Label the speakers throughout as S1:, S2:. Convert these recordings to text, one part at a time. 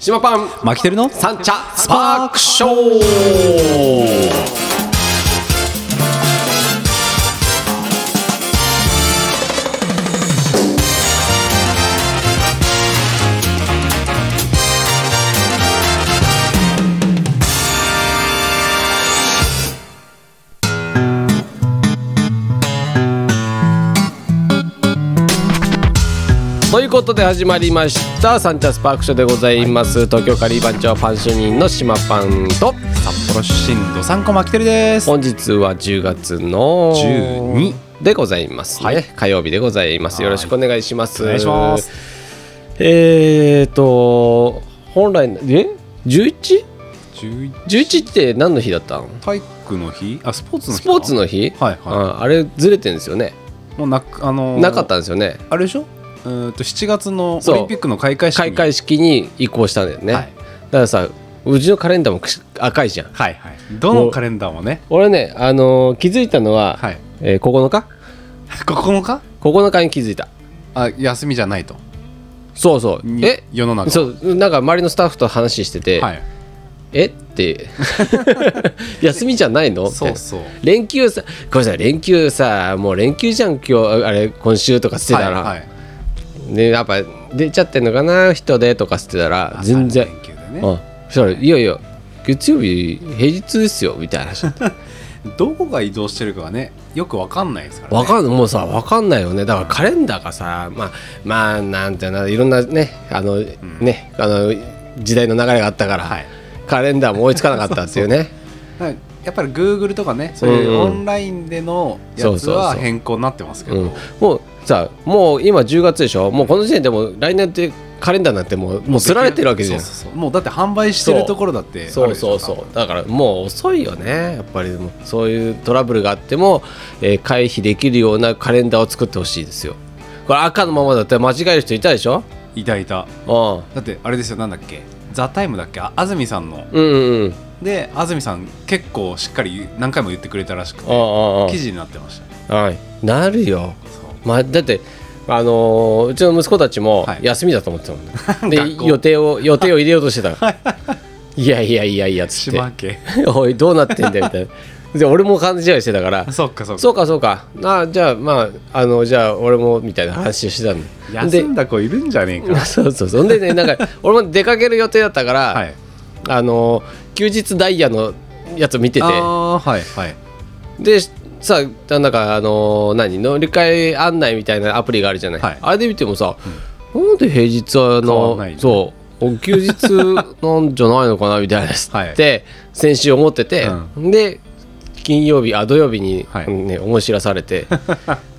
S1: 島パン
S2: マキテルの
S1: 三茶スパークショーということで始まりましたサンチャスパークショーでございます、東京カリー番長パン主任の島パンと
S2: 札幌出身どさんこマキテルです
S1: 本日は10月の
S2: 12
S1: でございますね、火曜日でございますよろしくお願いします
S2: お願いします
S1: えーと本来のえ 11?11 って何の日だったの
S2: 体育の日あスポーツの
S1: ス
S2: 日
S1: ポーツの日、
S2: はいはい
S1: ああれずれてんですよね
S2: もうなくあのー
S1: なかったんですよね
S2: あれでしょうーんと7月の
S1: そ
S2: オ
S1: う
S2: リンピックの開会式
S1: 開会式に移行したんだよね、
S2: はい
S1: だからさうちのカレンダーもくし赤いじゃん
S2: はいはいどのカレンダーもね
S1: 俺ね、あのー気づいたのは、
S2: はい
S1: えー9日
S2: 9日
S1: ?9 日に気づいた
S2: あ休みじゃないと
S1: そうそう
S2: に
S1: え
S2: 世の中は
S1: そうなんか周りのスタッフと話してて、
S2: はい
S1: えって 休みじゃないのって
S2: そうそう
S1: 連休さごめんなさい連休さもう連休じゃん今日あれ今週とかしてたら、
S2: はいはい
S1: ねやっぱ出ちゃってんのかな人でとかしてたら全然、
S2: 連休で
S1: うん、
S2: ね
S1: そしたらいやいや月曜日平日ですよみたいな 話
S2: どこが移動してるかがねよくわかんないですからね
S1: わかんもうさわかんないよねだからカレンダーがさまあまあなんていうのいろんなねあの、ねあの時代の流れがあったから、
S2: はい
S1: カレンダーも追いつかなかったって いうね
S2: はいやっぱり Google とかねそういうオンラインでのやつ
S1: そうそう
S2: は
S1: そう
S2: 変更になってますけど、
S1: うん、もうさもう今10月でしょもうこの時点でもう来年ってカレンダーなんてもうもうすられてるわけじゃん
S2: そうそうそうもうだって販売してるところだってあ
S1: そ
S2: る
S1: う
S2: でしょ
S1: そうそうだからもう遅いよねやっぱりもうそういうトラブルがあっても、えー回避できるようなカレンダーを作ってほしいですよこれ赤のままだったら間違える人いたでしょ
S2: いたいた
S1: うん
S2: だってあれですよなんだっけ「ザタイムだっけあ安住さんの
S1: うんうんうん
S2: で安住さん結構しっかり何回も言ってくれたらしく
S1: あ
S2: て
S1: ああ
S2: 記事になってましたね
S1: あはいなるよ
S2: そう
S1: まあだってあのーうちの息子たちも
S2: はい
S1: 休みだと思ってたもんね、
S2: 学
S1: で
S2: 校
S1: 予定を予定を入れようとしてたからいやいやいやいやっつって
S2: 島家
S1: おいどうなってんだよみたいなで俺も勘違いしてたから
S2: そっかそっか
S1: そうかそうかあじゃあまああのじゃあ俺もみたいな話をしてたんだ
S2: 休ん
S1: で
S2: だ子いるんじゃねえか
S1: そうそうそうほんでね なんか俺も出かける予定だったから、
S2: はい
S1: あの休日ダイヤのやつ見てて
S2: ああはいはい
S1: でさなんかあの何乗り換え案内みたいなアプリがあるじゃない、
S2: はい
S1: あれで見てもさ、なんで平日はあ
S2: 変わ
S1: の
S2: んないよね
S1: そう休日なんじゃないのかなみたいな
S2: はい
S1: って先週思ってて、で金曜日あ土曜日に、
S2: はい
S1: ね、思い知らされ て
S2: ね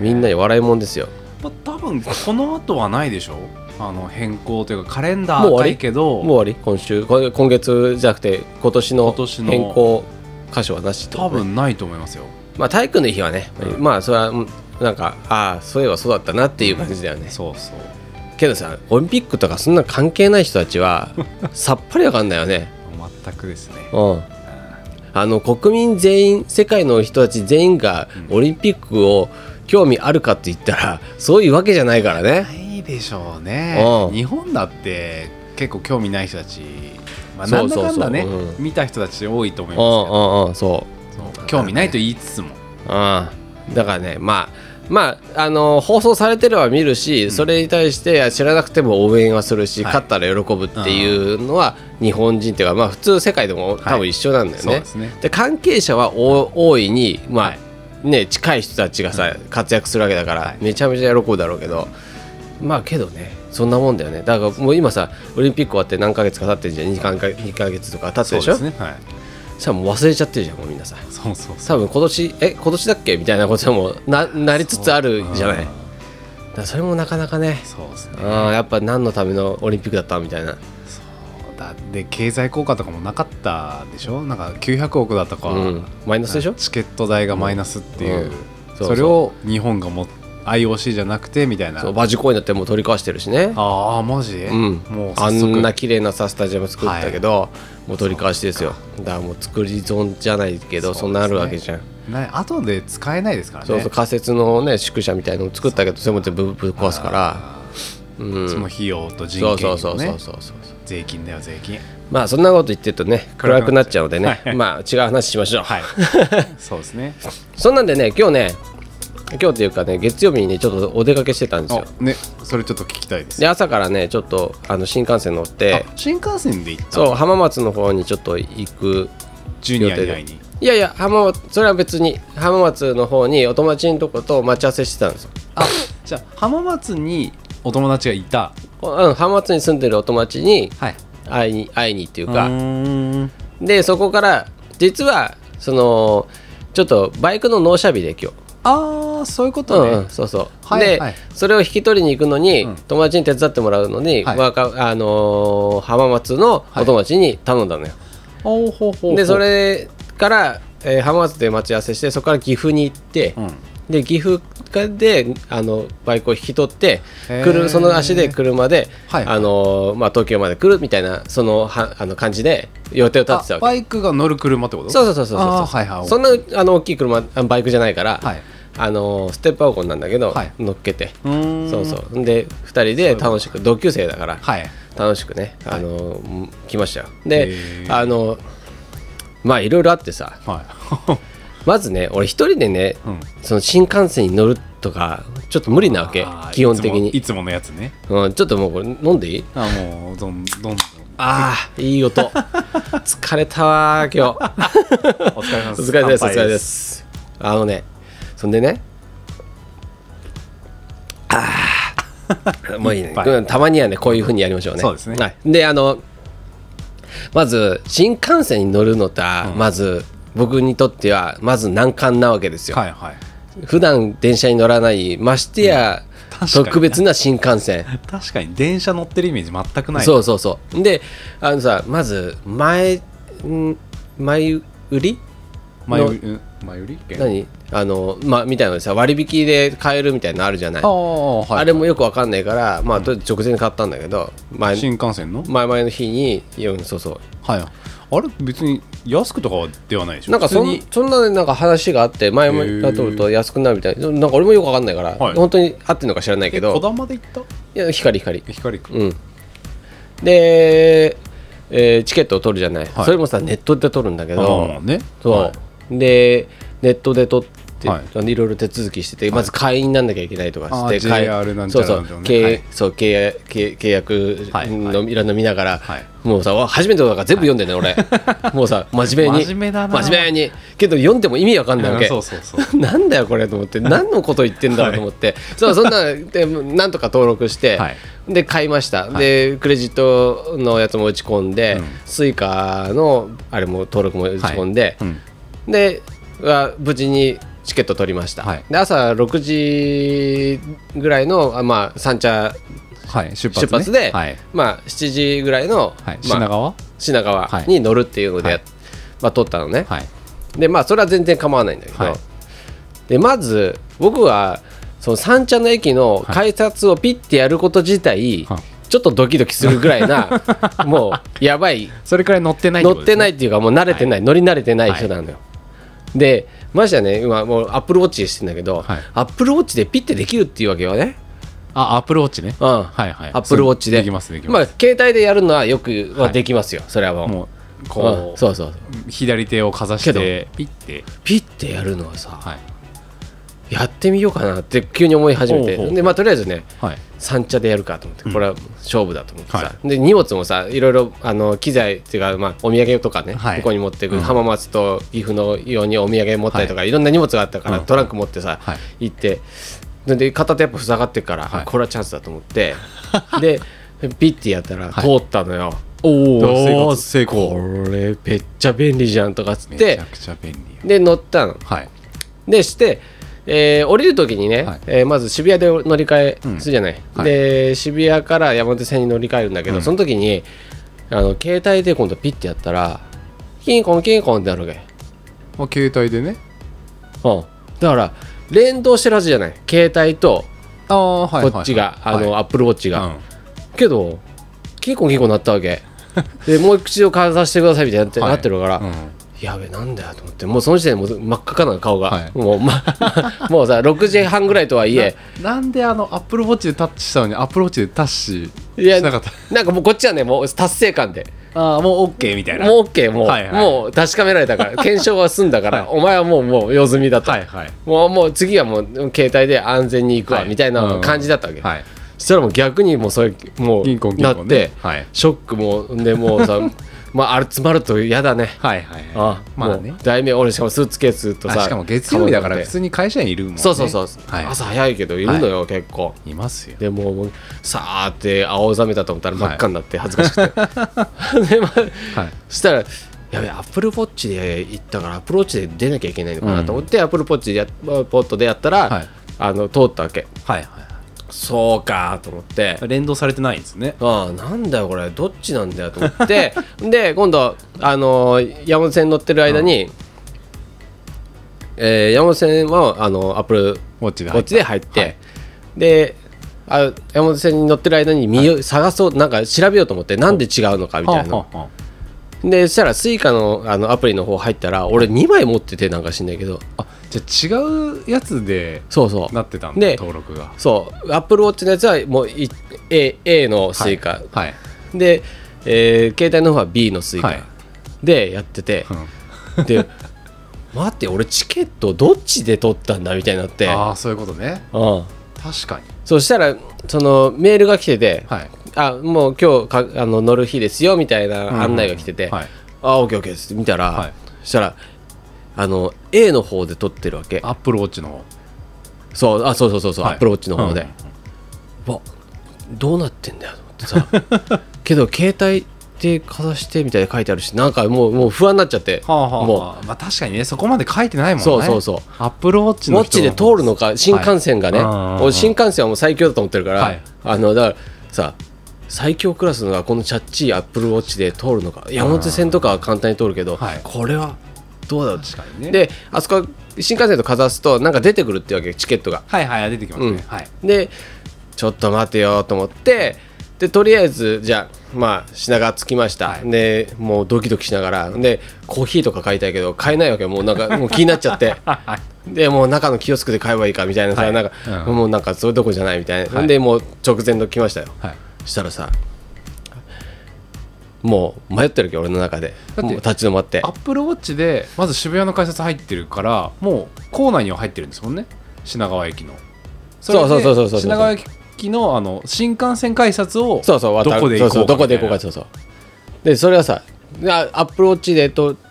S1: みんなに笑いもんですよ
S2: まあ多分この後はないでしょあの変更というかカレンダ
S1: もう
S2: ー
S1: 終わ
S2: 赤
S1: り
S2: いけど
S1: もう終わり今週こ今月じゃなくて今年の
S2: 今年の
S1: 変更箇所はなしってこと
S2: 多
S1: ね
S2: 分ないと思いますよ
S1: まあ、体育の日はね、
S2: う
S1: まあそれはうんなんかああそういえばそうだったなっていう感じだよね
S2: そうそう
S1: けどさオリンピックとかそんな関係ない人たち はさっぱりわかんないよね
S2: 全くですね
S1: うんあの国民全員世界の人たち全員がオリンピックを興味あるかって言ったらそういうわけじゃないからね
S2: ないでしょうね
S1: うん
S2: 日本だって結構興味ない人たち、まあ、
S1: そ
S2: な
S1: うん
S2: だ
S1: そう
S2: かんだね
S1: そうう
S2: 見た人たち多いと思い
S1: うん
S2: ま
S1: うんうんそう
S2: すけどそう興味ないと言いつつも
S1: うんだからねまあまあ、あの放送されてるは見るし、それに対して知らなくても応援はするし、
S2: はい
S1: 勝ったら喜ぶっていうのは日本人っていうか、まあ、普通世界でも多分一緒なんだよね。
S2: そうですね
S1: で関係者はお大いに、まあ
S2: はい
S1: ね、近い人たちがさ、活躍するわけだから、
S2: はい
S1: めちゃめちゃ喜ぶだろうけどまあけどねそんなもんだよねだからもう今さオリンピック終わって何ヶ月か経ってんじゃん2か2ヶ月とか経ってる
S2: そう
S1: でしょ
S2: ですねはい
S1: さあもう忘れちゃってるじゃんもうみんなさ
S2: そうそうそ
S1: 多
S2: う
S1: 分今年え今年だっけみたいなこともななりつつあるじゃない
S2: うん
S1: だからそれもなかなかね
S2: そうですね
S1: あーやっぱ何のためのオリンピックだったみたいな
S2: そうだって経済効果とかもなかったでしょなんか900億だとか、
S1: うんマイナスでしょ
S2: チケット代がマイナスっていう、
S1: うんそうそう
S2: それを日本がも IOC じゃなくてみたいな
S1: そうバジコインだってもう取り壊してるしね
S2: ああマジ、
S1: うん、
S2: もう
S1: あ
S2: 早速
S1: んな綺麗なさスタジアム作ったけど、もう取り返しですよだからもう作り損じゃないけどそ
S2: そ
S1: ん
S2: うですね
S1: なあるわけじゃん
S2: な後で使えないですからね
S1: そうそう仮設のね宿舎みたいのを作ったけどそれも全部ぶっ壊すから
S2: あー
S1: うん
S2: その費用と人
S1: そう
S2: 件
S1: そうそ
S2: 費と
S1: うそう
S2: ね
S1: そうそう
S2: 税金だよ税金
S1: まあそんなこと言ってるとね暗くなっちゃうのでね、
S2: はい
S1: まあ違う話しましょう、
S2: はいそうですね
S1: そんなんでね今日ね今日というかね月曜日にねちょっとお出かけしてたんですよ
S2: あねそれちょっと聞きたいです
S1: で朝からねちょっとあの新幹線乗って
S2: あ新幹線で行った
S1: そう浜松の方にちょっと行く
S2: ジュニア以外に
S1: いやいや浜松それは別に浜松の方にお友達のとこと待ち合わせしてたんですよ
S2: あじゃあ浜松にお友達がいた
S1: うん浜松に住んでるお友達に
S2: はい
S1: 会いに会いにっていう
S2: う
S1: か、
S2: ーん
S1: でそこから実はそのちょっとバイクの納車日で今日
S2: ああそういうこ
S1: う
S2: と
S1: ん、うん、
S2: ね
S1: そうそう、
S2: はい
S1: で、
S2: はい
S1: それを引き取りに行くのに、
S2: うん
S1: 友達に手伝ってもらうのに、
S2: はい
S1: わかあのー浜松のお友達に頼んだのよ、
S2: おーほうほうほう
S1: でそれから、えー浜松で待ち合わせしてそこから岐阜に行って、
S2: うん
S1: で岐阜であのバイクを引き取って
S2: へー
S1: くるその足で車で、
S2: はい
S1: あのーまあ、東京まで来るみたいなそのはあの感じで予定を立ててた
S2: あ
S1: わけ
S2: バイクが乗る車ってこと
S1: そうそうそうそうそう
S2: あーはいはい
S1: そんなあの大きい車あバイクじゃないから、
S2: はい
S1: あのステップワゴンなんだけど、
S2: はい
S1: 乗っけて
S2: うーん
S1: そうそうで2人で楽しく同級生だから
S2: はい
S1: 楽しくねあの、うん来ましたよ
S2: へ
S1: で
S2: ー
S1: あのまあいろいろあってさ
S2: はい
S1: まずね俺一人でね、
S2: うん
S1: その新幹線に乗るとかちょっと無理なわけ
S2: あー
S1: 基本的
S2: いつもい
S1: に、
S2: つものやつね
S1: うん、ちょっともうこれ飲んでいい
S2: あもうどんどんどん
S1: ああいい 音疲れたわー今日
S2: お疲れ様
S1: お疲れ様ですお
S2: 乾
S1: 疲
S2: 杯
S1: れ様ですあのねそんでねああもういいね
S2: いっぱい
S1: うんたまにはねこういうふうにやりましょうね
S2: そうですね
S1: はい、であのまず新幹線に乗るのとは、
S2: うん
S1: まず僕にとってはまず難関なわけですよ、
S2: はいはい
S1: 普段電車に乗らないましてや、
S2: 確かに
S1: 特別な新幹線
S2: 確かに電車乗ってるイメージ全くない
S1: そううそうそうであのさまず前ん前売り
S2: 前
S1: の
S2: 売り前売り券
S1: 何あのまあみたいなのでさ割引で買えるみたいなのあるじゃない
S2: あ
S1: あ,、
S2: あはい
S1: れもよくわかんないからまあとりあえず直前に買ったんだけど前前
S2: 新幹線の
S1: 々の日にいやそうそ
S2: はいあれ別に安くとかではないでし
S1: う
S2: ょ
S1: なんかそ
S2: 普通
S1: ん
S2: に
S1: そんななんか話があって前も
S2: へー
S1: やっとると安くなるみたいななんか俺もよくわかんないから、
S2: はい
S1: 本当に合ってるのか知らないけ
S2: え小
S1: ど
S2: 玉で行っ
S1: いや光光
S2: た光くん
S1: うんで、えーチケットを取るじゃない、
S2: はい
S1: それもさネットで取るんだけ
S2: あ
S1: ど
S2: あね
S1: そう、
S2: はい
S1: でネットで取って、
S2: はい
S1: あのいろいろ手続きしてて、まず会員なんなきゃいけないとかして
S2: あー
S1: 会
S2: JR なんち
S1: そ
S2: ゃ
S1: う
S2: ら
S1: そ
S2: なん
S1: う
S2: ていうの
S1: 契,、
S2: ねはい
S1: そう契約契契約
S2: はい
S1: のいろいろ見ながら、
S2: はい
S1: もうさわ初めてだから全部読んでんね、俺もう さ真面目に
S2: 真面目だな
S1: 真面目にけど読んでも意味わかんないわ
S2: うん
S1: け
S2: そうそうそう
S1: なんだよこれと思 って何のこと言ってんだろうと思って、そうそんなでなんとか登録して、
S2: はい
S1: で買いました、でクレジットのやつも打ち込んで、
S2: うん
S1: スイカのあれも登録も打ち込んで、
S2: うん
S1: では無事にチケット取りました、
S2: はい
S1: で朝6時ぐらいのあまあ三茶
S2: はい出発
S1: 出
S2: ね
S1: 発で、
S2: はい
S1: まあ、7時ぐらいの、
S2: はい
S1: まあ
S2: 品川
S1: 品川に乗るっていうので、
S2: はい
S1: まあ、取ったのね、
S2: はい
S1: でまあそれは全然構わないんだけど、
S2: はい
S1: でまず僕はその三茶の駅の改札をピッてやること自体、
S2: はい
S1: ちょっとドキドキするぐらい なもうやばい
S2: それくらい乗ってない
S1: 乗ってないいっていうかもう慣れてない、乗り慣れてない人なのよ、でましてはね今もうアップルウォッチしてんだけど、
S2: はい
S1: アップルウォッチでピッてできるっていうわけよね
S2: あアップルウォッチね
S1: うん
S2: はいはい
S1: アップルウォッチで
S2: できますでき
S1: ま
S2: ま
S1: あ
S2: す
S1: 携帯でやるのはよくは
S2: はい
S1: できますよ、それはもう
S2: もう
S1: う
S2: こ
S1: ん
S2: う
S1: そうそうそう
S2: 左手をかざしてピッて
S1: ピッてやるのはさ、
S2: はい
S1: やってみようかなって急に思い始めて
S2: おうおう
S1: でまあとりあえずね
S2: はい
S1: 三茶でやるかと思ってこれは勝負だと思ってさ、
S2: は
S1: で荷物もさいろいろあの機材っていうか、まあ、お土産とかね、
S2: はい
S1: ここに持っていく、
S2: うん
S1: 浜松と岐阜のようにお土産持ったりとか、い、ろんな荷物があったから、
S2: うん
S1: トランク持ってさ、
S2: はい
S1: 行ってでで片手やっぱ塞がってっから、
S2: はい
S1: これはチャンスだと思って でピッてやったら通
S2: はい
S1: ったのよ。
S2: お
S1: お
S2: お
S1: ー
S2: 成
S1: こ
S2: 功
S1: れめっちゃ便利じゃんとかっつっ
S2: めち
S1: て
S2: ゃくちゃ便利よ
S1: で乗ったの
S2: はい
S1: でして、えー降りるときにね、
S2: はい
S1: えーまず渋谷で乗り換
S2: う
S1: え
S2: ん
S1: するじゃない、
S2: はい
S1: で渋谷から山手線に乗り換えるんだけど、
S2: うん
S1: その時にあの携帯で今度ピッてやったらキンコンキンコンってなるわけ、
S2: まあ携帯でね
S1: うん、だから連動してるはずじゃない携帯と
S2: ああはいはいはい
S1: こっちが、あの
S2: はい
S1: アップルウォッチが、
S2: うん
S1: けど キンコンキンコンなったわけでもう一度かざしてくださいみたいになって,、
S2: はい
S1: なってるから、
S2: うん
S1: やべなんだよと思ってもうその時点でもう真っ赤かな顔が、
S2: はい
S1: もう、ま、 もうさ6時半ぐらいとはいえ
S2: ななんであのアップルウォッチでタッチしたのにアップルウォッチでタッチ
S1: いや
S2: しなかった
S1: なんかもうこっちはねもう達成感で
S2: ああもう OK みたいな
S1: もう OK もう,、
S2: はいはい
S1: もう確かめられた から検証は済んだから、
S2: はい
S1: お前はもうもう用済みだと、
S2: はいはい
S1: もうもう次はもう携帯で安全に行くわ、
S2: はい
S1: みたいな感じだったわけ、
S2: はい
S1: そしたらもう逆にもうそれもう
S2: 銀行銀
S1: な
S2: 行
S1: っ
S2: ね
S1: て、
S2: はい
S1: ショックもでも うさまああれ詰まると嫌だね
S2: はいはいはい
S1: あ
S2: まあね
S1: もう題名俺しかもスーツケースと
S2: あ
S1: さ
S2: しかも月曜日だから
S1: そう
S2: 普通に会社にいるもんね
S1: そうそうそう、
S2: はい
S1: 朝早いけどいるのよ、結構
S2: いますよ
S1: でもうさーって青ざめたと思ったら真っ赤になって恥ずかしくて、 でまあ
S2: はい
S1: そしたらやべアップルウォッチで行ったからアップルウォッチで出なきゃいけないのかなと思って、アップルポッチでやポットでやったら、
S2: はい
S1: あの通ったわけ
S2: はいはい
S1: そうかと思って
S2: 連動されてないんですね
S1: ああなんだよこれどっちなんだよと思って で今度、あのー山手線に乗ってる間に、えー山手線はあのアップル
S2: ウォッチで
S1: こっちで入って、
S2: はい
S1: であ山手線に乗ってる間に見よ、探そうなんか調べようと思ってなんで違うのかみたいな
S2: はあはあは
S1: でそしたらスイカのあのアプリの方入ったら俺2枚持っててなんか知んないけど
S2: ああじゃあ違うやつで
S1: そうそう
S2: なってたんだ
S1: で
S2: 登録が
S1: そうアップルウォッチのやつはもうい A, A のスイカ、
S2: はい
S1: で、えー携帯の方は B のスイカ、
S2: はい
S1: でやってて
S2: うん
S1: で 待って俺チケットどっちで取ったんだみたいになって、
S2: ああそういうことね
S1: うん、
S2: 確かに
S1: そしたらそのメールが来てて、
S2: はい
S1: あもう今日かあの乗る日ですよみたいな案内が来てて、
S2: うんうんうんはい
S1: あオッケーオッケーです見たら、
S2: はい
S1: そしたらあの A の方で撮ってるわけ
S2: アップルウォッチの
S1: そうあそうそうそうそう、
S2: はい
S1: アップローチの方で、
S2: うん
S1: わどうなってんだよと思ってさ けど携帯でかざしてみたいな書いてあるしなんかもうもう不安になっちゃって、
S2: はあはあ
S1: も
S2: はあまあ確かにねそこまで書いてないもんね
S1: そうそうそう
S2: アップルウォッチ
S1: う
S2: の
S1: モッチで通るのか新幹線がね、
S2: はいうんうんうん
S1: 俺新幹線はもう最強だと思ってるから、
S2: はい
S1: あのだからさ最強クラスのがこのチャッチーアップルウォッチで通るのか山手線とかは簡単に通るけど、
S2: はい
S1: これはどうだろう
S2: 確かにね
S1: であそこ新幹線とかざすとなんか出てくるってわけチケットが
S2: はいはい出てきます
S1: うん
S2: ねはい
S1: でちょっと待てよと思ってでとりあえずじゃあまあ品が着きました、
S2: はい
S1: でもうドキドキしながらでコーヒーとか買いたいけど買えないわけよもうなんかもう気になっちゃって でもう中のキオスクで買えばいいかみたいなさ、
S2: はい
S1: なんか、
S2: うん
S1: もうなんかそれどこじゃないみたいな、
S2: はい
S1: でもう直前の来ましたよ
S2: はい
S1: したらさもう迷ってるわけ俺の中で
S2: だって
S1: もう立ち止まって
S2: アップルウォッチでまず渋谷の改札入ってるからもう構内には入ってるんですもんね品川駅のれで
S1: そうそうそうそうそう
S2: 品川駅のあの新幹線改札を
S1: そうそう渡
S2: ど
S1: る
S2: こで行
S1: そう
S2: こ
S1: そううどこで行こうか
S2: み
S1: そうそうでそれはさあアップローチでと
S2: たいな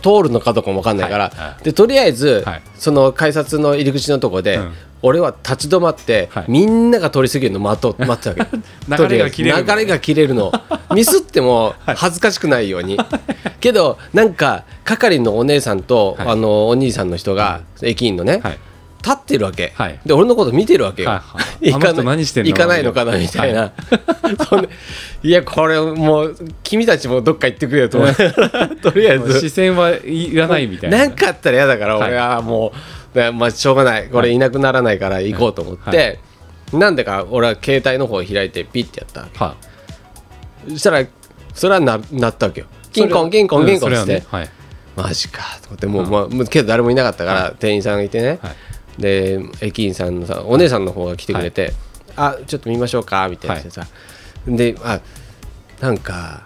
S1: 通るのかとかも分かんないから、
S2: はいはい
S1: でとりあえず、
S2: はい
S1: その改札の入り口のとこで、
S2: うん
S1: 俺は立ち止まって、
S2: はい
S1: みんなが通り過ぎるの待と う待ってたわけ
S2: 流れが切れ
S1: とり
S2: るのね
S1: あえず流れが切れる のミスっても恥ずかしくないように、けどなんか係のお姉さんと、
S2: はい
S1: あのお兄さんの人が、駅員のね、
S2: はい
S1: 立ってるわけ、
S2: はい
S1: で俺のこと見てるわけよ、
S2: はいはいあの人何してんの
S1: 行かないのかなみたいな、 そんでいやこれもう君たちもどっか行ってくれよと思って とりあえ
S2: はい
S1: ず
S2: 視線はいらないみたいな
S1: なんかあったら嫌だから
S2: はい
S1: 俺はもう、だからまあ、しょうがないこれいなくならないから行こうと思って、
S2: はいは
S1: なんでか俺は携帯の方を開いてピッてやった
S2: は
S1: そしたらそれはななったわけよ
S2: い
S1: キンコンキンコンキンコンっつって、
S2: うんそれはね
S1: マジかと思ってもう、まあもうけど誰もいなかったから、店員さんがいてね、
S2: はいはい
S1: で駅員さんのさお姉さんの方が来てくれて「あちょっと見ましょうか」みたいなしてさ、であなんか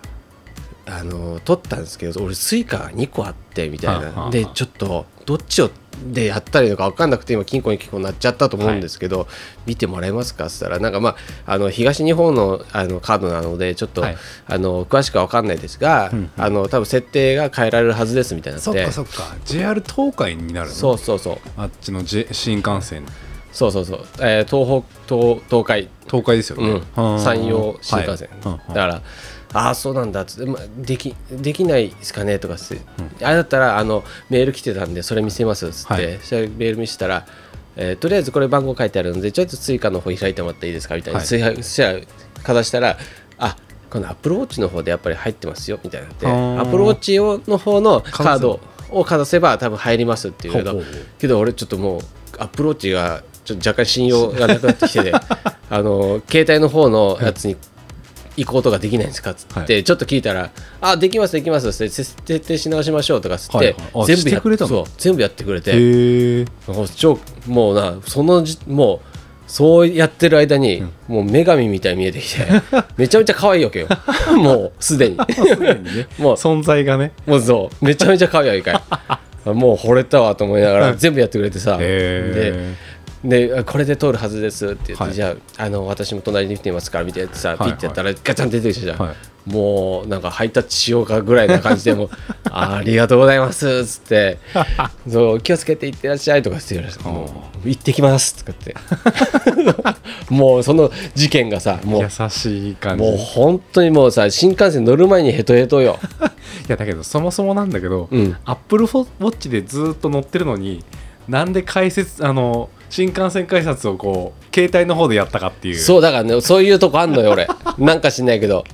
S1: あの取ったんですけど俺スイカが2個あってみたい
S2: はあはあは
S1: な
S2: あ
S1: でちょっとどっちをでやったらいいのか分かんなくて今金庫に金庫になっちゃったと思うんですけど、見てもらえますかっつったらなんかまああの東日本のあのカードなのでちょっと、
S2: はい
S1: あの詳しくは分かんないですが、あの多分設定が変えられるはずですみたいにな
S2: そ
S1: っ
S2: ってかそっか JR 東海になるの
S1: そうそうそう
S2: あっちの、J、新幹線
S1: そうそうそう、えー東北東東海、
S2: 東海ですよね、
S1: うん
S2: は、あ
S1: 山陽新幹線、
S2: はいうんうん
S1: だからああそうなんだっつって、まあ、できできないですかねとかっつって、あれだったらあのメール来てたんでそれ見せますっつって、
S2: はい
S1: そしたらメール見せたら、えーとりあえずこれ番号書いてあるのでちょっと追加の方開いてもらっていいですかみたいな、
S2: はい
S1: 追加そしたらかざしたらあこのアップルウォッチの方でやっぱり入ってますよみたいになって
S2: あ
S1: ア
S2: ー
S1: ップルウォッチ用の方のカードをかざせば多分入りますっていうけ
S2: ほう
S1: ど
S2: ほうほう
S1: けど俺ちょっともうアップローチ がちょっと若干信用がなくなってきててあの携帯の方のやつに行くことができないんですかっつって、
S2: は
S1: ちょっと聞いたら「あできますできます」っつって設設定し直しましょうとかっつって、
S2: はいはいあ
S1: 全部
S2: して
S1: やっ
S2: くれたの
S1: そう全部やってくれて
S2: へえ
S1: もう超もうなそのじもうそうやってる間に、もう女神みたいに見えてきてめちゃめちゃ可愛いわ けよもうすでにもう
S2: 存在がね
S1: もうそうめちゃめちゃ可愛い わけもう惚れたわと思いながら全部やってくれてさで
S2: へ
S1: であこれで通るはずですって言って、
S2: はい
S1: じゃああの私も隣に見てますからみたいなさ
S2: い
S1: ピ
S2: はい
S1: ッてやったらガチャンって出てきたじゃん、
S2: は
S1: もうなんかハイタッチしようかぐらいな感じ でもうありがとうございますっつってそう気をつけていってらっしゃいとかって言われてもう行ってきますとかって もうその事件がさもう
S2: 優しい感じ
S1: もう
S2: い
S1: 本当にもうさ新幹線乗る前にヘトヘトよ、
S2: やだけどそもそもなんだけど
S1: うん、
S2: アップルウォッチでずっと乗ってるのになんで解説あの新幹線改札をこう携帯の方でやったかっていう
S1: そうだからねそういうとこあんのよ 俺なんか知んないけど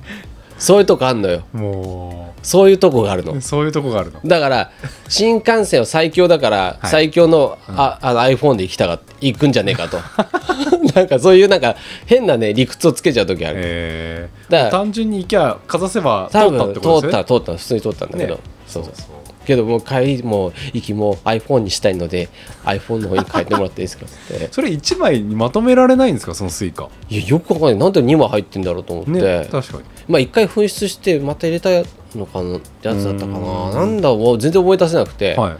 S1: そういうとこあんのよ
S2: も
S1: そういうとこがあるの
S2: うそういうとこがあるの
S1: だから新幹線は最強だから、
S2: はい
S1: 最強の,、ああの iPhone で行きたが行くんじゃねえかと なんかそういうなんか変なね理屈をつけちゃう時ある、
S2: えー
S1: だから
S2: 単純に行きゃかざせば通
S1: 多
S2: ったっ
S1: 分
S2: て
S1: 通
S2: こと
S1: っ
S2: ですよ
S1: た
S2: ね
S1: 通った普通に通ったんだけど、
S2: ね
S1: そうそう
S2: そう
S1: けどもう帰りも行きも iPhone にしたいので iPhone の方に変えてもらっていいですかっつ って
S2: それ1枚にまとめられないんですかそのスイカ
S1: いやよくわかんないなんで2枚入ってんだろうと思って、
S2: ね確かに
S1: まあ一回紛失してまた入れたのかなやつだったか
S2: う
S1: なんなんだもう全然覚え出せなくて、
S2: は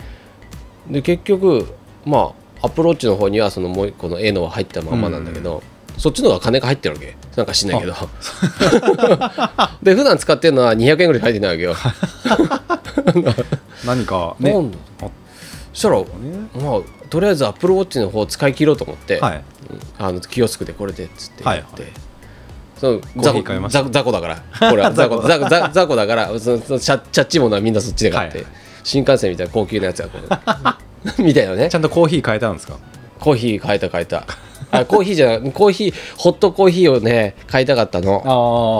S2: い
S1: で結局まあアプローチの方にはそのもう一個の A のは入ったまんまなんだけど、そっちの方が金が入ってるわけなんか知んないけど で普段使ってるのは200円ぐらい入ってないわけよ、
S2: 何かね
S1: なんだ
S2: あっ
S1: そしたら
S2: たね
S1: まあとりあえずアップルウォッチの方を使い切ろうと思って、
S2: はい
S1: あのキオスクでこれでっつって言って、
S2: はいはい
S1: その
S2: ー
S1: 雑
S2: ヒー買い
S1: 魚
S2: ました
S1: 雑雑魚だ からこれは雑魚雑魚雑雑魚だからそのそのチャチャッチものはみんなそっちで買って、
S2: はいは
S1: 新幹線みたいな高級なやつがこ うみたいなね
S2: ちゃんとコーヒー変えたんですか
S1: コーヒー変えた変えたあコーヒーじゃなコーヒーホットコーヒーをね買いたかったの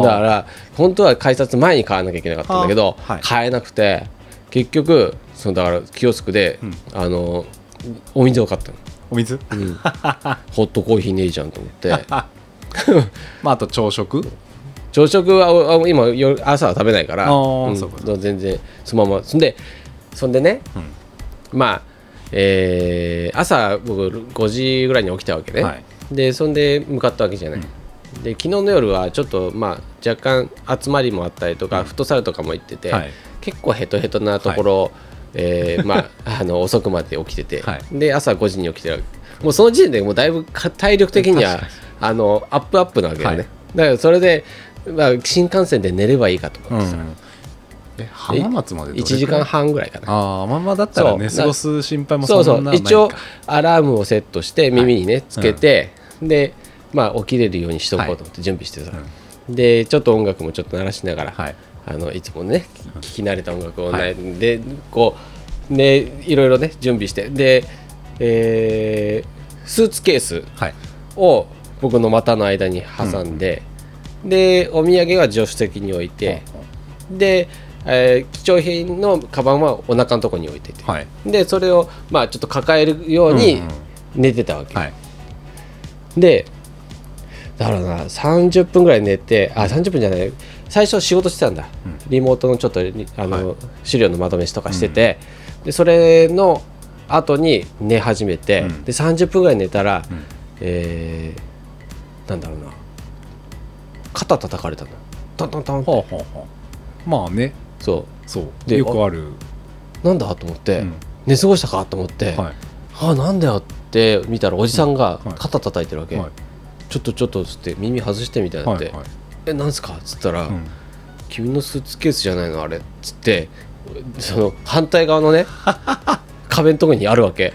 S2: あ
S1: だから本当は改札前に買わなきゃいけなかったんだけど、
S2: あーはい
S1: 買えなくて結局そのだからキオスクで、
S2: うん
S1: あのお水を買ったの、
S2: お水
S1: うんホットコーヒーねえじゃんと思 って
S2: まああと朝食
S1: 朝食はおあ今夜朝は食べないから、
S2: あー
S1: うん
S2: そうか
S1: 全然そのままそんでそんでね、まあえー朝僕5時ぐらいに起きたわけね、
S2: はい
S1: でそんで向かったわけじゃない、で昨日の夜はちょっとまあ若干集まりもあったりとか、フットサルとかも行ってて、
S2: はい
S1: 結構ヘトヘトなところ、えーまあ、あ の遅くまで起きてて、
S2: はい
S1: で朝5時に起きてるわけもうその時点でもうだいぶか体力的には
S2: 確か
S1: あのアップアップなわけだよね、
S2: はい
S1: だからそれで、まあ、新幹線で寝ればいいかと
S2: う
S1: 思ってさ、
S2: んえ浜松までどれ
S1: 1時
S2: くらい
S1: 間半ぐらいかな
S2: ああまあまあだったらね
S1: そう
S2: 過ごす心配も
S1: そうそ
S2: んな
S1: う
S2: ない
S1: 一応
S2: か
S1: アラームをセットして耳にねつけて、でまあ起きれるようにしとこうと思って準備してさ、でちょっと音楽もちょっと鳴らしながら、
S2: はい
S1: あのいつもね聞き慣れた音楽を、ね
S2: はい
S1: でこうねいろいろね準備してで、えースーツケース
S2: はい
S1: を僕の股の間に挟んで、でお土産は助手席に置いて、で、えー貴重品のカバンはお腹のとこに置いてて、
S2: はい
S1: でそれをまあちょっと抱えるように
S2: うんうん
S1: 寝てたわけ、
S2: はい
S1: でだからな30分ぐらい寝てあ30分じゃない最初仕事してたんだ、リモートのちょっとリあの、
S2: は
S1: 資料のまとめしとかしてて、でそれの後に寝始めて、
S2: うん
S1: で30分ぐらい寝たら、
S2: ん
S1: えーなんだろうな肩叩かれたのトントントンって
S2: はあはあはあまあね
S1: そ
S2: そう
S1: で
S2: よくある
S1: うなんだと思って、
S2: うん
S1: 寝過ごしたかと思って、
S2: は
S1: あなんだよって見たらおじさんが
S2: うんはい
S1: 肩叩いてるわ
S2: い
S1: け、
S2: はい
S1: ちょっとちょっとっつって耳外してみたいになっ
S2: は
S1: て、
S2: いはい
S1: えなんすか?」っつったら、
S2: うん
S1: 君のスーツケースじゃないのあれ」っつってその反対側のね壁のとこにあるわけ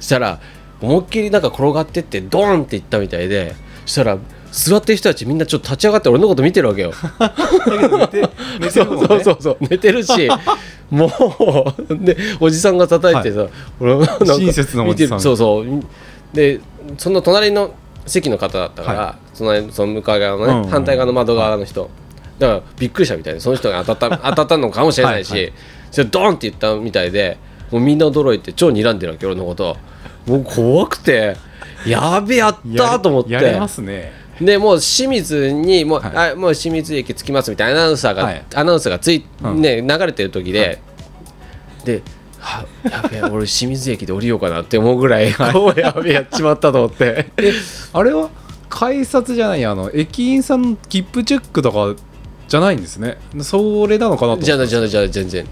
S1: したら思いっきりなんか転がってってドーンっていったみたいでしたら座ってる人たちみんなちょっと立ち上がって俺のこと見てるわけよ
S2: だけど寝て寝てるもんね
S1: そうそうそう寝てる しもうでおじさんが叩いてさ、俺なんか
S2: 親切なおじさん
S1: 見てるそうそうでその隣の席の方だったから、
S2: は
S1: 隣その向かい側のね、
S2: うんうんうん
S1: 反対側の窓側の人、だからびっくりしたみたいでその人が当たっ た当たったのかもしれないし
S2: はい
S1: それドーンって言ったみたいでもうみんな驚いて超睨んでるわけ俺のこともう怖くてやべやったーと思って
S2: やれますね
S1: でもう清水にもう,、
S2: は
S1: あもう清水駅着きますみたいなアナウンサーが、
S2: はい
S1: アナウンサーがつい、
S2: うん
S1: ね、流れてる時で、ではやべえ俺清水駅で降りようかなって思うぐらい、こうやべえやっちまったと思って
S2: あれは改札じゃないあの駅員さんの切符チェックとかじゃないんですねそれなのかな と
S1: じゃあ
S2: ない
S1: ないじゃあないじゃあない全然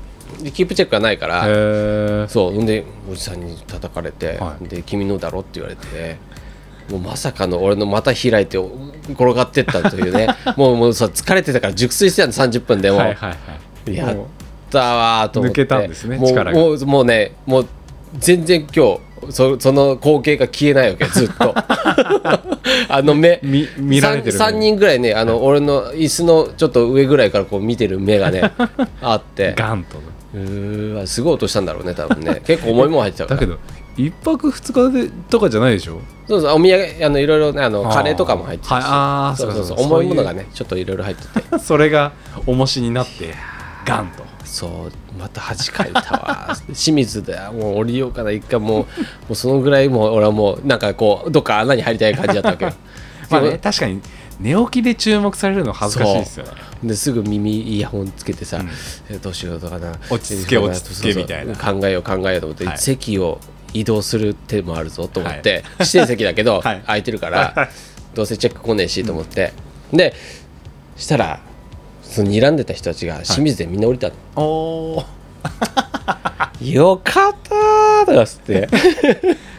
S1: でキープチェックがないから、
S2: へえ
S1: そうほんでおじさんに叩かれて、
S2: はい
S1: で君のだろって言われてもうまさかの俺のまた開いて転がってったという ねもうもうさ疲れてたから熟睡してたの30分でもう、
S2: はいはいはい
S1: や
S2: もう
S1: ったわーと思って
S2: 抜けたんですね
S1: もう
S2: 力が
S1: もうもうねもう全然今日そその光景が消えないわけ ずっ とあの目
S2: 見見られてる
S1: 3, 人ぐらいねあの俺の椅子のちょっと上ぐらいからこう見てる目が ねあって
S2: ガンと
S1: うーわすごい音したんだろうね多分 ね結構重いもん入ってたから
S2: だけど一泊二日でとかじゃないでしょ
S1: そうそうお土産あのいろいろねあの
S2: あー
S1: カレーとかも入ってたし、
S2: はいあー
S1: そうそう
S2: そ
S1: そうう
S2: かそうか
S1: 重いものがねちょっといろいろ入ってて
S2: それ が重しになってガンと
S1: そうまた恥かいたわ 清水でもう降りようかな一回もうもうそのぐらいもう俺はもうなんかこうどっか穴に入りたい感じだったわけよ
S2: まあ
S1: で
S2: ね
S1: も
S2: 確かに寝起きで注目されるの恥ずかしいですよね
S1: ですぐ耳イヤホンつけてさ、
S2: ん
S1: えどうしようとかな
S2: 落ち着け
S1: えー
S2: 落ち着け
S1: そうそう
S2: みたいな
S1: 考えよう考えようと思って、
S2: はい
S1: 席を移動する手もあるぞと思って、指定席だけど、
S2: はい
S1: 空いてるからどうせチェック来ねえしと思って、でしたらその睨んでた人たちが清水でみんな降りたの、
S2: おお
S1: よかったーとかっつっ て。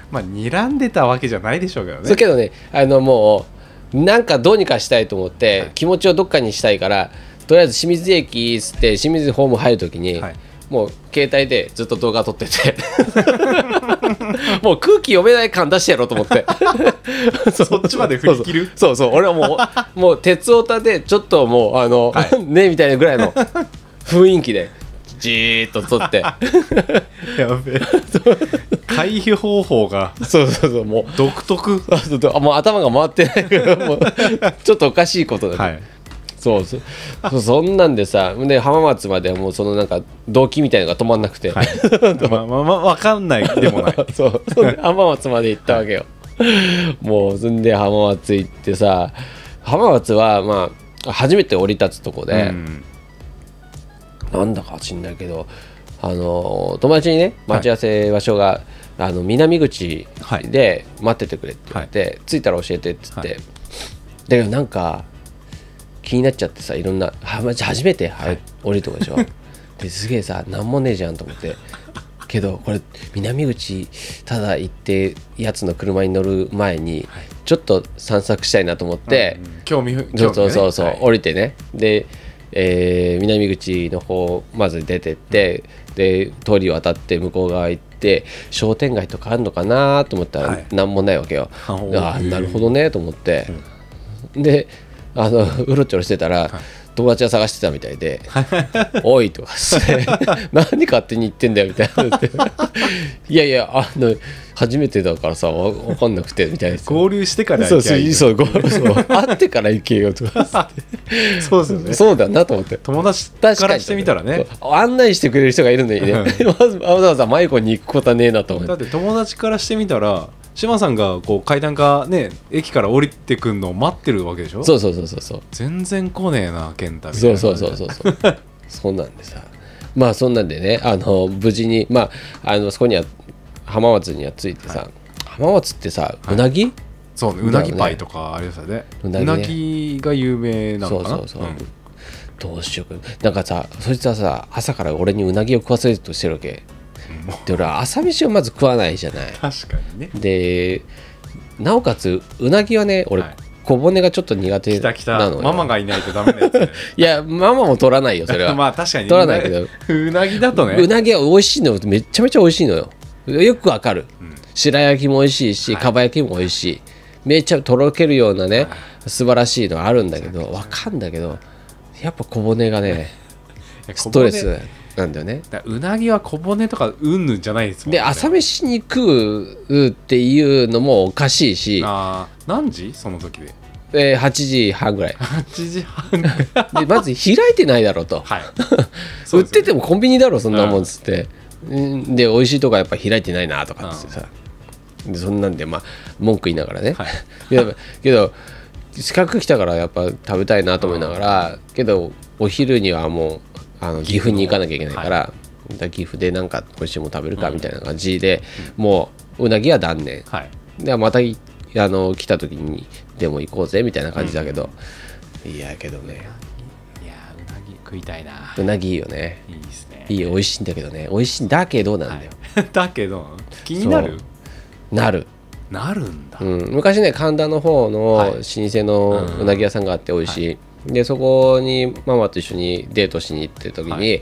S2: まあ睨んでたわけじゃないでしょうけど
S1: そう
S2: ね
S1: けどねあのもうなんかどうにかしたいと思って、
S2: はい
S1: 気持ちをどっかにしたいからとりあえず清水駅っつって清水ホーム入るときに、
S2: はい
S1: もう携帯でずっと動画撮ってて もう空気読めない感出してやろうと思って
S2: そっちまで振り切る
S1: そうそうそうそう俺はも うもう鉄オタでちょっともうあの、
S2: は
S1: ねみたいなぐらいの雰囲気でじーっと撮って
S2: やべえ 回避方法が
S1: そうそうそうもう
S2: 独 特
S1: あそうそうあもう頭が回ってないからもうちょっとおかしいことだね、
S2: はい
S1: そうそそうそんなんでさで浜松までもうそのなんか動機みたいなのが止まんなくて、
S2: はいまあまあまあわかんないでもない
S1: そうそんで浜松まで行ったわけよ、もうそんで浜松行ってさ浜松はまあ初めて降り立つとこで、
S2: うん
S1: なんだか知んないけどあの友達にね待ち合わせ場所が、あの南口で待っててくれって言って、着いたら教えてって言って、
S2: はい
S1: だけどなんか気になっちゃってさいろんなはまじ初めて、はい降りるとこ でしょですげえさ何もねえじゃんと思ってけどこれ南口ただ行ってやつの車に乗る前にちょっと散策したいなと思って、
S2: うん興味興味
S1: そう
S2: が
S1: そ
S2: ね
S1: うそうそう、
S2: はい
S1: 降りてねで、えー南口の方まず出てってで通りを渡って向こう側行って商店街とかあるのかなと思った
S2: は
S1: ら
S2: い
S1: 何もないわけよ、
S2: あお
S1: ああ
S2: へえ
S1: なるほどねと思って、であのうろちょろしてたら、友達が探してたみたい で「おい」とかして「何勝手に言ってんだよ」みたいな「いやいやあの初めてだからさわわかんなくて」みたいな
S2: 合流してから
S1: そう
S2: 行きゃ
S1: そ
S2: いいう
S1: そう ごそう会ってから行けよとか
S2: そうですよね
S1: そうだなと思って。
S2: 友達
S1: 確か
S2: か
S1: に
S2: らしてみたらね
S1: そう案内してくれる人がいるのにね、
S2: う
S1: わざわざ迷子に行くことはねえなと思
S2: だっ
S1: って。
S2: て友達からしてみたら島さんがこう階段がね駅から降りてくんのを待ってるわけでしょ
S1: そうそうそうそうそう。
S2: 全然来ねえな健太みたい
S1: そう
S2: な
S1: そうそうそうそう。 そうなんでさ。まあそんなんでね、あの無事に、まあ、あのそこには浜松には着いてさ、浜松ってさ、うなぎ、
S2: そうねうなぎパイとかありましたね
S1: う
S2: う
S1: なぎね
S2: なぎが有名な
S1: そ
S2: の
S1: う
S2: か
S1: そ
S2: な
S1: うそう。
S2: ん
S1: どうしようか。なんかさ、そいつはさ、朝から俺にうなぎを食わせようとしてるわけ。で、俺は朝飯をまず食わないじゃない。
S2: 確かにね
S1: でなおかつうなぎはね俺、
S2: はい
S1: 小骨がちょっと苦手
S2: 来た来
S1: な
S2: た
S1: のよ
S2: ママがいないとダメなや つだよね
S1: いやママも取らないよそれは、
S2: まあ確かに
S1: 取らないけど
S2: うなぎだとね
S1: うなぎは美味しいのめちゃめちゃ美味しいのよよくわかる、白焼きも美味しいしかば焼きも美味しい、めちゃとろけるようなね素晴らしいのあるんだけどわかんだけどやっぱ小骨がねストレ
S2: いや小
S1: スなんだよね
S2: 骨だうなぎは小骨とかうんぬんじゃないですもんね
S1: で朝飯に食うっていうのもおかしいし、
S2: あー何時その時で
S1: えー8時半ぐらい
S2: 8時 半は
S1: でまず開いてないだろう と
S2: い
S1: 売っててもコンビニだろそんなもんっつって、うんで美味しいとこはやっぱ開いてないなと かっつってさ、でそんなんでまあ文句言いながらね、
S2: はい
S1: いやけどせっかく来たからやっぱ食べたいなと思いながら、けどお昼にはもうあの岐阜に行かなきゃいけないから,、だから岐阜でなんか美味しいもの食べるかみたいな感じで、もううなぎは断念
S2: はい
S1: でまたいあの来た時にでも行こうぜみたいな感じだけど、いやけどね
S2: いやーうなぎ食いたいな
S1: うなぎいいよね
S2: いいですね
S1: いいよ美味しいんだけどね美味しいんだけどなんだよ、
S2: はい だけど気になる
S1: そなる
S2: なるんだ、
S1: うん、昔ね神田の方の
S2: はい
S1: 老舗のうなぎ屋さんがあって美味しい、でそこにママと一緒にデートしに行ってる時に、
S2: は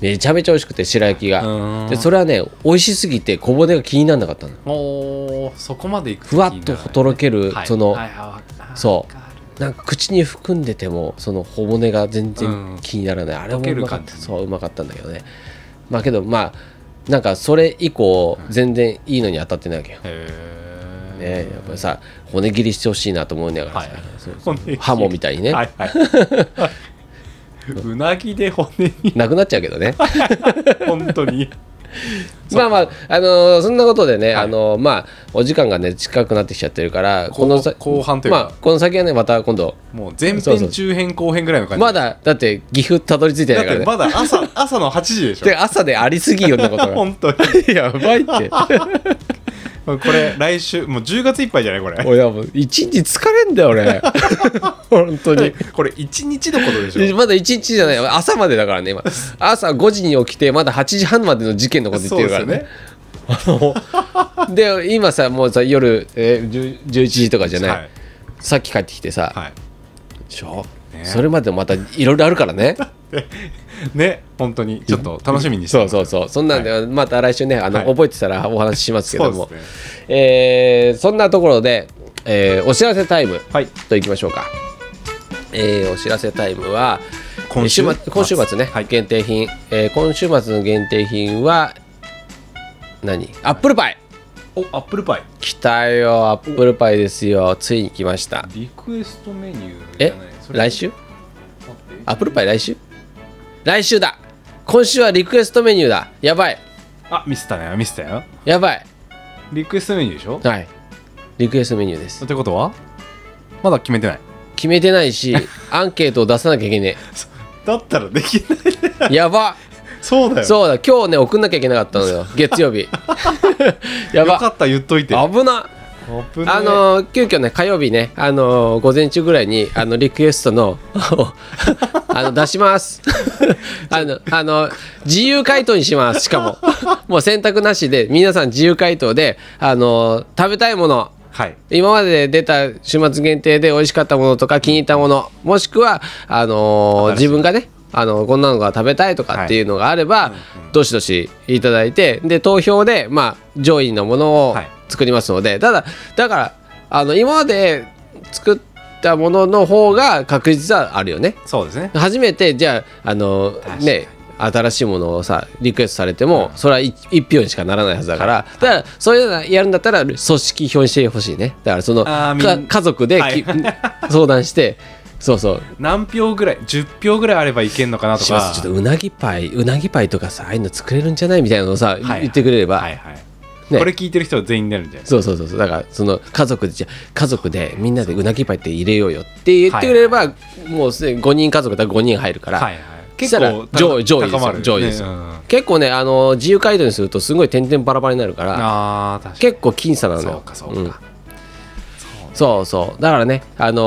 S1: めちゃめちゃ美味しくて白焼きが、
S2: うーん
S1: でそれはね美味しすぎて小骨が気にならなかったの
S2: もうそこまでいく
S1: ふわっととろける、
S2: はい
S1: その、
S2: はいはいはい
S1: そう
S2: わかる
S1: なんか口に含んでてもその小骨が全然気にならない、あれもうまかっ
S2: 溶ける
S1: た
S2: 感じ
S1: そううまかったんだけどねまあけどまあなんかそれ以降全然いいのに当たってないわけよ、
S2: へー
S1: ね、やっぱりさ骨切りしてほしいなと思うんだからさ、
S2: はい
S1: そうそう
S2: 骨切り
S1: ハモみたいにね、
S2: はいはいうなぎで骨に
S1: なくなっちゃうけどね
S2: 本当に
S1: まあまあ、あのーそんなことでね、あのーまあお時間がね近くなってきちゃってるから
S2: 後
S1: のさ
S2: 後半というか
S1: まあ、この先はねまた今度
S2: もう前
S1: そうそう
S2: 編中編後編ぐらいの感じ
S1: まだだって岐阜たどり着いてな
S2: だ
S1: いから
S2: っ
S1: ね
S2: てまだ朝朝の8時でし
S1: で朝でありすぎよんなこと
S2: ょ本当に
S1: がやばいって
S2: これ来週もう10月いっぱいじゃないこれ
S1: 俺はもう一日疲れんだよ俺本当に
S2: これ1日のことでしょ
S1: まだ一日じゃない朝までだからね今朝5時に起きてまだ8時半までの事件のこと言ってるからね で今さもうさ夜、えー10 11時とかじゃない、
S2: はい
S1: さっき帰ってきてさ、
S2: はい
S1: でしょ、
S2: ね
S1: それまでまたいろいろあるから ね
S2: ね本当にちょっと楽しみにして
S1: そう
S2: ます
S1: そうそうそんなんで、また来週ねあの、
S2: はい
S1: 覚えてたらお話ししますけども
S2: そうです
S1: えーそんなところで、えーお知らせタイム
S2: はい
S1: といきましょうか、えーお知らせタイムは
S2: 今週
S1: えー末今週末ね、
S2: はい
S1: 限定品、えー今週末の限定品は何アップルパイ
S2: おアップルパイ
S1: 来たよアップルパイですよついに来ました
S2: リクエストメニューじ
S1: え
S2: ゃないそれ
S1: 来週
S2: 待って
S1: アップルパイ来週来週だ今週はリクエストメニューだやばい
S2: あミスったねミスったよ
S1: やばい
S2: リクエストメニューでしょ
S1: はいリクエストメニューです
S2: ってことはまだ決めてない
S1: 決めてない しアンケートを出さなきゃいけね
S2: だったらできない
S1: えやば
S2: そうだよ
S1: そうだ今日ね送んなきゃいけなかったのよ月曜 日や
S2: よか
S1: ば
S2: った言っといて
S1: 危な
S2: 危ねえ
S1: あのー急遽ね火曜日ねあのー午前中ぐらいにあのリクエストのあの出しますあのあの自由回答にしますしかももう選択なしで皆さん自由回答であのー食べたいもの
S2: はい
S1: 今まで出た週末限定で美味しかったものとか気に入ったものもしくはあのー
S2: 新しい
S1: 自分がねあのこんなのが食べたいとかっていうのがあれば、どしどしいただいてで投票で、まあ、上位のものを
S2: はい
S1: 作りますので、ただだからあの今まで作ったものの方が確実はあるよね
S2: そうですね
S1: 初めてじゃああの
S2: かに
S1: ね新しいものをさリクエストされても、それは一一票にしかならないはずだから、だからそういうのやるんだったら組織票にしてほしいねだからその
S2: あー
S1: か
S2: みんな
S1: 家族でき、
S2: はい
S1: 相談してそうそう
S2: 何票ぐらい10票ぐらいあればいけんのかなと
S1: しま
S2: か
S1: すちょっとうなぎパイうなぎパイとかさああいうの作れるんじゃないみたいなのをさ、
S2: はい
S1: 言ってくれれば、
S2: はいはい
S1: ね
S2: これ聞いてる人は全員になるんじゃないです
S1: そうそうそうそうだからその家族でじゃあ家族でみんなでうなぎパイって入れようよって言ってくれれば、もうすでに5人家族だから5人入るか、
S2: からはいはい
S1: したら上位上位ですよ
S2: 高まる
S1: 上位ですよ
S2: ねうん
S1: 結構ねあの自由回答にするとすごい点々バラバラになるから
S2: あー確かに
S1: 結構僅差なのよ
S2: そうかそうか、
S1: んそうそうだからね、あの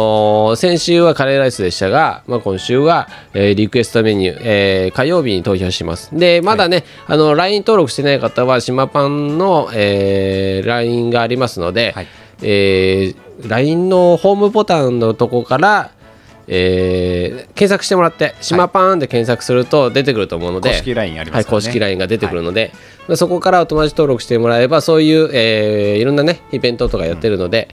S1: ー先週はカレーライスでしたが、まあ、今週は、えーリクエストメニュー、えー火曜日に投票しますでまだね、あの LINE 登録してない方は島パンの、えー LINE がありますので、
S2: はい
S1: えー LINE のホームボタンのとこから、えー検索してもらって「島パン」で検索すると出てくると思うので、
S2: 公式 LINE ありま
S1: はい、
S2: すからね
S1: 公式 LINE が出てくるので、まあそこからお友達登録してもらえばそういう、えーいろんなねイベントとかやってるので、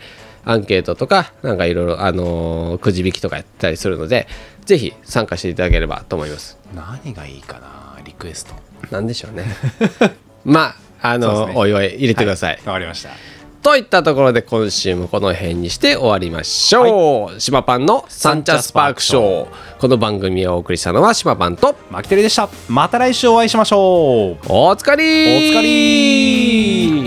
S1: アンケートとかなんかいろいろ、あのーくじ引きとかやったりするのでぜひ参加していただければと思います
S2: 何がいいかなリクエスト
S1: なんでし ょうねまああ
S2: そう
S1: の、
S2: ですね
S1: おいおい入れてください、
S2: わかりました
S1: といったところで今週もこの辺にして終わりましょう、島パンのサンチャスパークショーこの番組をお送りしたのは島パンと
S2: マキテレでしたまた来週お会いしましょう
S1: おつかり
S2: お疲れ